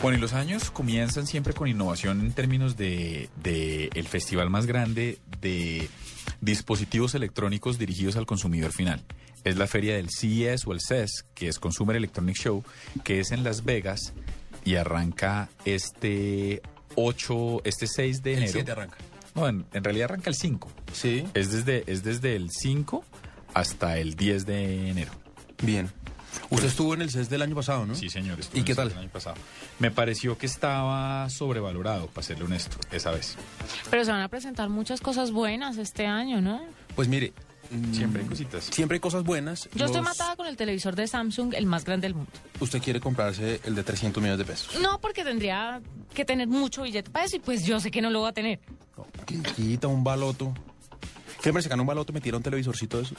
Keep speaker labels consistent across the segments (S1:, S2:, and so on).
S1: Bueno, y los años comienzan siempre con innovación en términos de, de el festival más grande de dispositivos electrónicos dirigidos al consumidor final. Es la feria del CES o el CES, que es Consumer Electronic Show, que es en Las Vegas y arranca este 8, este 6 de
S2: El
S1: enero.
S2: 7 arranca.
S1: No, en, en realidad arranca el 5.
S2: Sí.
S1: Es desde, es desde el 5 hasta el 10 de enero.
S2: Bien. Usted estuvo en el CES del año pasado, ¿no?
S1: Pues- Sí, señores.
S2: ¿Mm? ¿Y qué
S1: El E
S2: tal?
S1: año pasado. Me pareció que estaba sobrevalorado, para serle honesto, esa vez.
S3: Pero se van a presentar muchas cosas buenas este año, ¿no?
S2: Pues mire, mm,
S1: Siempre hay cositas.
S2: siempre hay cosas buenas.
S3: Yo estoy
S2: Los-
S3: matada con el televisor de Samsung, el más grande del mundo.
S2: Usted quiere comprarse el de 300 millones de pesos.
S3: No, porque tendría que tener mucho billete para eso y pues yo sé que no lo voy a tener.
S2: Que Quita un baloto. Siempre se gana un baloto, me tira un televisorcito de esos.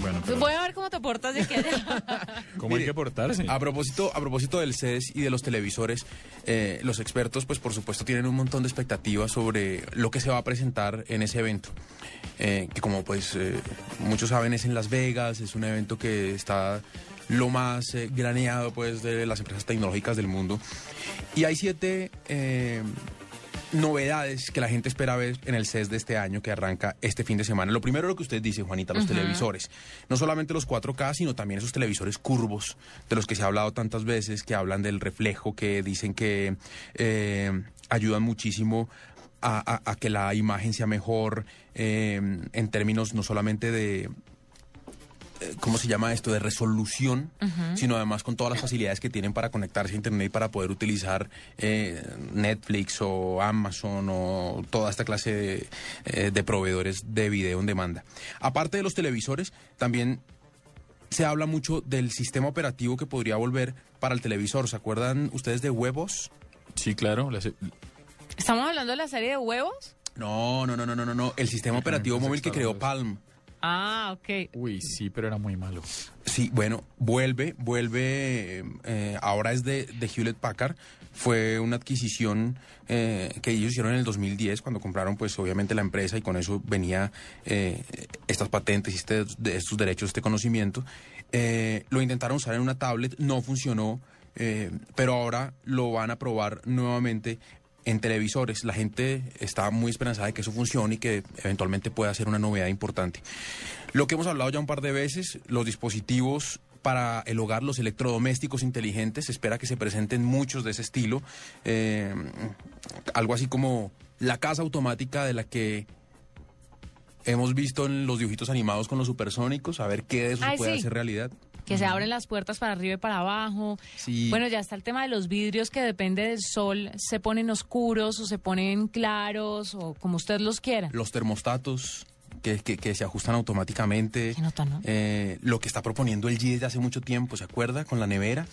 S1: Bueno, pero
S3: Voy a ver cómo te portas de aquí a allá.
S1: ¿cómo hay
S2: Pues Mire,
S1: que portarse?
S2: A propósito, a propósito del CES y de los televisores, eh, los expertos, pues por supuesto, tienen un montón de expectativas sobre lo que se va a presentar en ese evento. Eh, que como pues eh, muchos saben es en Las Vegas, es un evento que está lo más eh, graneado pues de las empresas tecnológicas del mundo. Y hay siete eh, novedades que la gente espera ver en el CES de este año que arranca este fin de semana. Lo primero lo que usted dice, Juanita, los televisores. No solamente los 4K, sino también esos televisores curvos de los que se ha hablado tantas veces, que hablan del reflejo, que dicen que eh, ayudan muchísimo. A, a- a que la imagen sea mejor eh, en términos no solamente de, eh, ¿cómo se llama esto? De resolución, sino además con todas las facilidades que tienen para conectarse a Internet y para poder utilizar eh, Netflix o Amazon o toda esta clase de, eh, de proveedores de video en demanda. Aparte de los televisores, también se habla mucho del sistema operativo que podría volver para el televisor. ¿Se acuerdan ustedes de huevos?
S1: Sí, claro. las-
S3: ¿Estamos hablando de la serie de huevos?
S2: No, no, no, no, no, no, no. El sistema operativo
S1: los
S2: móvil que creó Palm.
S3: Ah, ok.
S1: Uy, sí, pero era muy malo.
S2: Sí, bueno, vuelve, vuelve, eh, ahora es de, de Hewlett Packard, fue una adquisición eh, que ellos hicieron en el 2010 cuando compraron pues obviamente la empresa y con eso venía eh, estas patentes y este- de estos derechos, este conocimiento. Eh, lo intentaron usar en una tablet, no funcionó, eh, pero ahora lo van a probar nuevamente en televisores. La gente está muy esperanzada de que eso funcione y que eventualmente pueda ser una novedad importante. Lo que hemos hablado ya un par de veces, los dispositivos para el hogar, los electrodomésticos inteligentes, se espera que se presenten muchos de ese estilo. eh, algo así como la casa automática de la que hemos visto en los dibujitos animados con los supersónicos, a ver qué de eso se
S3: Ay,
S2: puede
S3: sí.
S2: hacer realidad.
S3: Que se abren las puertas para arriba y para abajo.
S2: Sí.
S3: Bueno, ya está el tema de los vidrios que depende del sol, se ponen oscuros o se ponen claros o como usted los quiera.
S2: los termostatos que, que- que se ajustan automáticamente.
S3: Qué nota, ¿no?
S2: Eh, lo que está proponiendo el GIE desde hace mucho tiempo, ¿se acuerda? Con la nevera,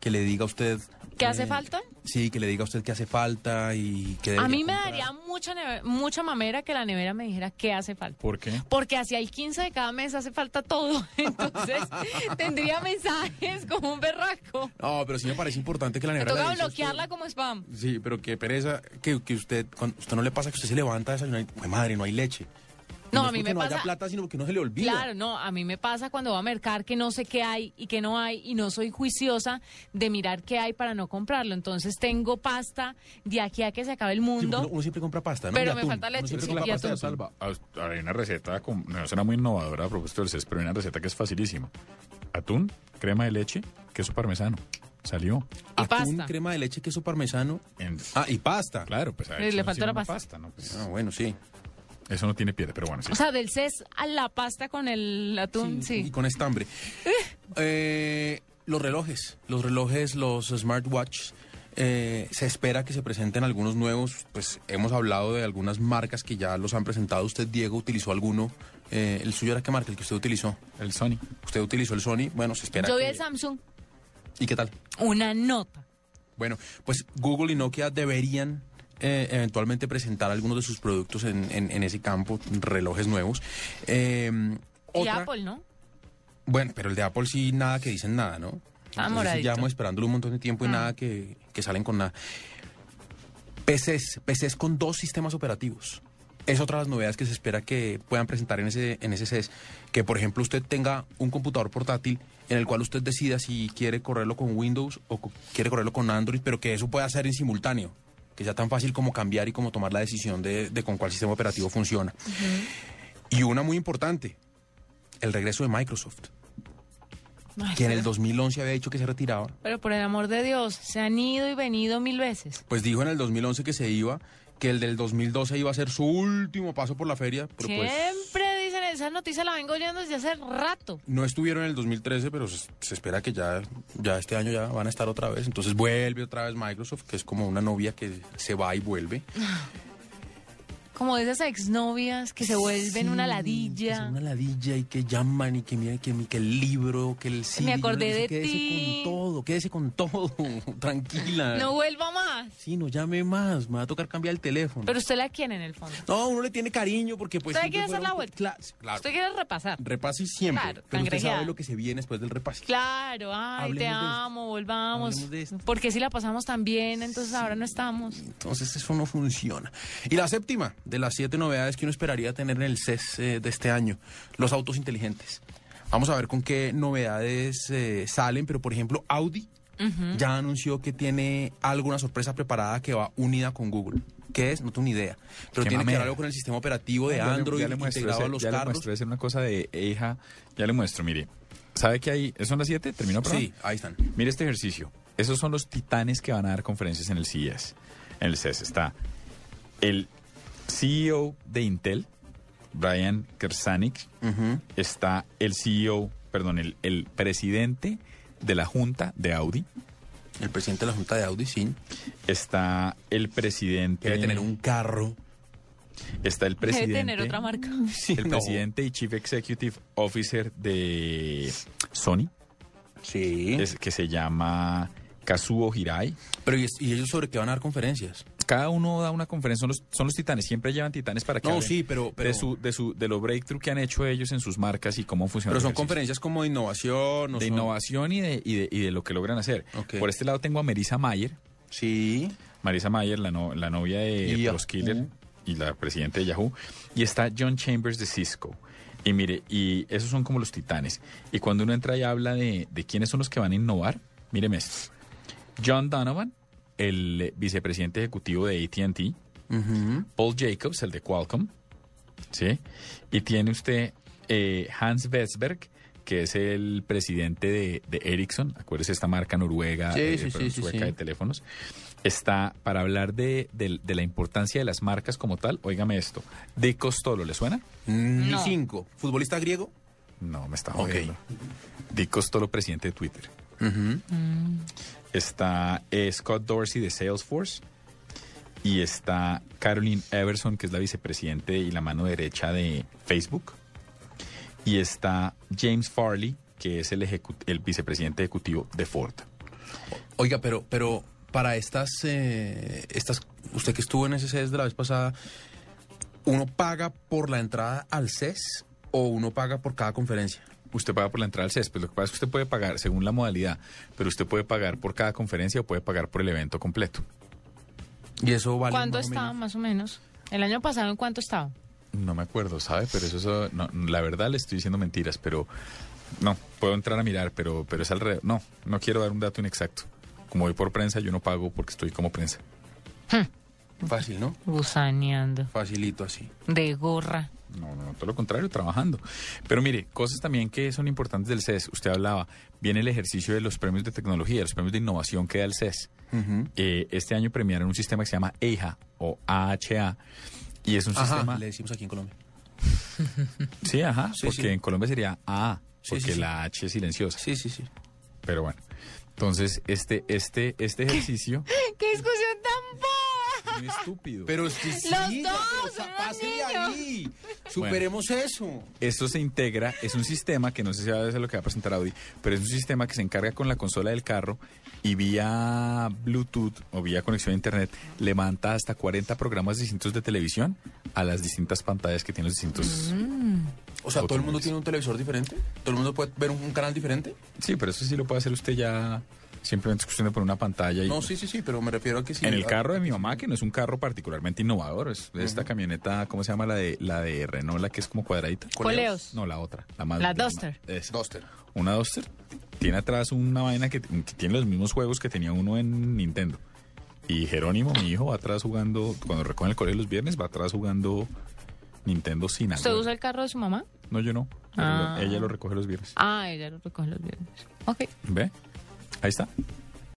S2: que le diga a usted... eh,
S3: ¿Qué hace falta?
S2: Sí, que le diga a usted qué hace falta y que...
S3: A
S2: debería
S3: mí me
S2: comprar.
S3: daría mucha neve- mucha mamera que la nevera me dijera qué hace falta.
S1: ¿Por qué?
S3: Porque hacia el 15 de cada mes hace falta todo. Entonces tendría mensajes como un berraco.
S2: No, pero sí me parece importante que la
S3: Me
S2: nevera...
S3: toca
S2: le diga a
S3: bloquearla como spam.
S2: usted- Sí, pero qué pereza que, que usted... Cuando usted no le pasa que usted se levanta a desayunar y... "Jue madre, no hay leche! Y
S3: No,
S2: es
S3: a mí
S2: porque
S3: me
S2: no haya
S3: pasa-
S2: plata, sino porque no se le olvida.
S3: Claro, no, a mí me pasa cuando va a mercar que no sé qué hay y qué no hay y no soy juiciosa de mirar qué hay para no comprarlo. Entonces tengo pasta de aquí a que se acabe el
S2: Sí, porque uno,
S3: mundo.
S2: uno siempre compra pasta, ¿no?
S3: Pero
S2: Y
S3: me
S2: atún.
S3: falta
S2: Uno
S3: leche,
S2: siempre
S3: sí,
S2: compra
S3: y
S2: pasta
S3: atún.
S2: salva.
S1: Ah, Hay una receta, con- no será muy innovadora a propósito del CES, pero hay una receta que es facilísima. Atún, crema de leche, queso parmesano. Salió.
S3: Y
S2: Atún,
S3: pasta.
S2: crema de leche, queso parmesano...
S1: En-
S2: Ah, y pasta.
S1: Claro, pues a
S3: Le
S1: eso no
S3: faltó
S1: se
S3: la
S1: llama
S3: pasta.
S1: ¿no? Pues,
S2: Ah, bueno, sí.
S1: eso no tiene piedra, pero bueno, sí.
S3: O sea, del CES a la pasta con el atún, sí.
S2: Y con estambre. Eh, los relojes, los relojes, los smartwatch. eh, se espera que se presenten algunos nuevos, pues hemos hablado de algunas marcas que ya los han presentado. Usted, Diego, utilizó alguno. Eh, ¿El suyo era qué marca? El que usted utilizó.
S1: El Sony.
S2: Usted utilizó el Sony. Bueno, se espera
S3: Yo vi
S2: que...
S3: el Samsung.
S2: ¿Y qué tal?
S3: Una nota.
S2: Bueno, pues Google y Nokia deberían eh, eventualmente presentar algunos de sus productos en, en- en ese campo, relojes nuevos. Eh,
S3: Y
S2: otra-
S3: Apple, ¿no?
S2: Bueno, pero el de Apple sí nada que dicen nada, ¿no?
S3: Ah,
S2: Entonces,
S3: moradito. Ah.
S2: Ya vamos esperándolo un montón de tiempo y nada que, que salen con nada. PCs, PCs con dos sistemas operativos. Es otra de las novedades que se espera que puedan presentar en ese, en ese CES. Que, por ejemplo, usted tenga un computador portátil en el cual usted decida si quiere correrlo con Windows o co- quiere correrlo con Android, pero que eso pueda hacer en simultáneo. Que sea tan fácil como cambiar y como tomar la decisión de, de con cuál sistema operativo funciona. Y una muy importante, el regreso de Microsoft
S3: Ay,
S2: que en el
S3: pero-
S2: 2011 había dicho que se retiraba,
S3: pero por el amor de Dios, se han ido y venido mil veces.
S2: pues dijo en el 2011 que se iba, que el del 2012 iba a ser su último paso por la feria, pero pues
S3: Siempre dicen, esa noticia la vengo oyendo desde hace rato.
S2: no estuvieron en el 2013, pero se, se espera que ya, ya este año ya van a estar otra vez, entonces vuelve otra vez Microsoft, que es como una novia que se va y vuelve.
S3: Como de esas exnovias que se vuelven una
S2: Que es
S3: ladilla.
S2: una ladilla y que llaman y que miren que, mi- que el libro, que el CD,
S3: acordé
S2: yo no sé,
S3: de
S2: quédese
S3: ti.
S2: con todo, quédese con todo, tranquila.
S3: No vuelva más.
S2: Sí, no llame más, me va a tocar cambiar el teléfono.
S3: Pero usted la quiere en el fondo.
S2: No, uno le tiene cariño porque pues...
S3: ¿Usted
S2: siempre
S3: quiere hacer la
S2: fueron-
S3: vuelta?
S2: Cla- Claro,
S3: Usted quiere repasar.
S2: Repase siempre,
S3: Claro,
S2: pero usted
S3: cangrejea.
S2: sabe lo que se viene después del repase.
S3: Claro, ay,
S2: Hablemos
S3: te
S2: de esto.
S3: amo, volvamos.
S2: Hablemos de esto.
S3: Porque si la pasamos tan bien, entonces ahora no estamos.
S2: Entonces eso no funciona. Y la séptima de las siete novedades que uno esperaría tener en el CES eh, de este año, los autos inteligentes. Vamos a ver con qué novedades eh, salen, pero por ejemplo Audi ya anunció que tiene alguna sorpresa preparada que va unida con Google. ¿Qué es? No tengo ni idea. Pero
S1: Qué
S2: tiene que ver
S1: mamera. Ah,
S2: algo con el sistema operativo de
S1: Ya le-
S2: Android
S1: ya le muestro
S2: integrado
S1: ese-
S2: a los
S1: ya le
S2: carros.
S1: muestro, ese una cosa de eh, hija. Ya le muestro, mire. ¿Sabe que hay? ¿Son las 7? ¿Terminó? perdón?
S2: Sí, ahí están.
S1: Mire este ejercicio. Esos son los titanes que van a dar conferencias en el CES. En el CES está el CEO de Intel, Brian Kersanik. Está el CEO, perdón, el, el presidente de la junta de Audi.
S2: El presidente de la Junta de Audi, sí.
S1: Está el presidente.
S2: Que debe tener un carro.
S1: Está el presidente.
S3: Debe tener otra marca.
S1: El
S2: No.
S1: presidente y Chief Executive Officer de Sony,
S2: Sí.
S1: es- que se llama Kazuo Hirai.
S2: Pero ¿y, es- y ellos sobre qué van a dar conferencias?
S1: Cada uno da una conferencia, son los, son los titanes, siempre llevan titanes para que
S2: No,
S1: hablen
S2: sí, pero- pero-
S1: de, su, de, su, de los breakthrough que han hecho ellos en sus marcas y cómo funcionan.
S2: Pero
S1: los
S2: son
S1: ejercicios.
S2: conferencias como de innovación. o
S1: De
S2: son-
S1: innovación y de, y, de, y de lo que logran hacer.
S2: Ok.
S1: Por este lado tengo a Marisa Mayer,
S2: Sí.
S1: Marisa Mayer, la, no- la novia de
S2: Yahoo.
S1: Ross Killer y la presidenta de Yahoo, y está John Chambers de Cisco. Y mire, y esos son como los titanes. Y cuando uno entra y habla de, de quiénes son los que van a innovar, míreme esto. John Donovan, el eh, vicepresidente ejecutivo de ATT,
S2: Ujú.
S1: Paul Jacobs, el de Qualcomm, ¿sí? Y tiene usted eh, Hans Vesberg, que es el presidente de, de Ericsson, acuérdese esta marca noruega,
S2: Sí,
S1: eh,
S2: sí, sí,
S1: perdón,
S2: sí,
S1: sueca
S2: sí.
S1: de teléfonos. Está para hablar de, del- de la importancia de las marcas como tal. Óigame esto. De Costolo, ¿le suena?
S2: Ni
S3: No.
S2: Mm, cinco. ¿Futbolista griego?
S1: No, me está
S2: Ok.
S1: jodiendo. Di Costolo, presidente de Twitter. Está eh, Scott Dorsey de Salesforce. Y está Caroline Everson, que es la vicepresidente y la mano derecha de Facebook. Y está James Farley, que es el, ejecu- el vicepresidente ejecutivo de Ford.
S2: Oiga, pero, pero para estas, eh, estas, usted que estuvo en ese CES de la vez pasada, ¿uno paga por la entrada al CES o uno paga por cada conferencia?
S1: Usted paga por la entrada al césped. Lo que pasa es que usted puede pagar según la modalidad, pero usted puede pagar por cada conferencia o puede pagar por el evento completo.
S2: Y eso vale.
S3: ¿Cuánto
S2: más o
S3: estaba
S2: menos?
S3: más o menos? El año pasado, ¿en cuánto estaba?
S1: No me acuerdo, ¿sabe? Pero eso, eso- no, la verdad le estoy diciendo mentiras, pero no, puedo entrar a mirar, pero, pero es alrededor. No, no quiero dar un dato inexacto. Como voy por prensa, yo no pago porque estoy como prensa.
S2: Fácil, ¿no?
S3: Gusaneando,
S2: Facilito así.
S3: de gorra.
S1: No, no, todo lo contrario, trabajando. Pero mire, cosas también que son importantes del CES. Usted hablaba, viene el ejercicio de los premios de tecnología, los premios de innovación que da el CES. Eh, este año premiaron un sistema que se llama E EIHA o AHA. Y es un
S2: Ajá,
S1: sistema.
S2: le decimos aquí en Colombia.
S1: Sí, ajá,
S2: Sí,
S1: porque
S2: sí.
S1: en Colombia sería AA,
S2: Sí,
S1: porque
S2: sí, sí.
S1: la H es silenciosa.
S2: Sí, sí, sí.
S1: Pero bueno. Entonces, este, este, este ejercicio.
S3: ¡Qué discusión tan boba!
S1: muy estúpido.
S2: Pero es que sí,
S3: Los
S2: ya,
S3: dos,
S2: pero sa-
S3: eran
S2: pase de
S3: niños.
S2: ahí.
S4: Superemos eso.
S1: Esto se integra, es un sistema que no sé si va a ser lo que va a presentar Audi, pero es un sistema que se encarga con la consola del carro y vía Bluetooth o vía conexión a Internet levanta hasta 40 programas distintos de televisión a las distintas pantallas que tienen los distintos.
S3: Mm.
S2: O sea, ¿todo el mundo tiene un televisor diferente? ¿Todo el mundo puede ver un, un canal diferente?
S1: Sí, pero eso sí lo puede hacer usted ya simplemente es cuestión de poner una pantalla y
S2: No, sí, sí, sí, pero me refiero a que sí.
S1: en el carro de mi mamá, que no es un carro particularmente innovador, es de esta camioneta, ¿cómo se llama? La de, la de Renault, la que es como cuadradita.
S3: Coleos.
S1: No, la otra, la más.
S3: La
S1: más-
S3: Duster.
S1: esa.
S2: Duster.
S1: Una Duster tiene atrás una vaina que, que tiene los mismos juegos que tenía uno en Nintendo. Y Jerónimo, mi hijo, va atrás jugando, cuando recoge el colegio los viernes, va atrás jugando Nintendo sin
S3: ¿Usted
S1: algo.
S3: usa el carro de su mamá?
S1: No, yo no.
S3: Ah.
S1: Ella lo recoge los viernes.
S3: Ah, ella lo recoge los viernes. Ok.
S1: ¿Ve? Ahí está.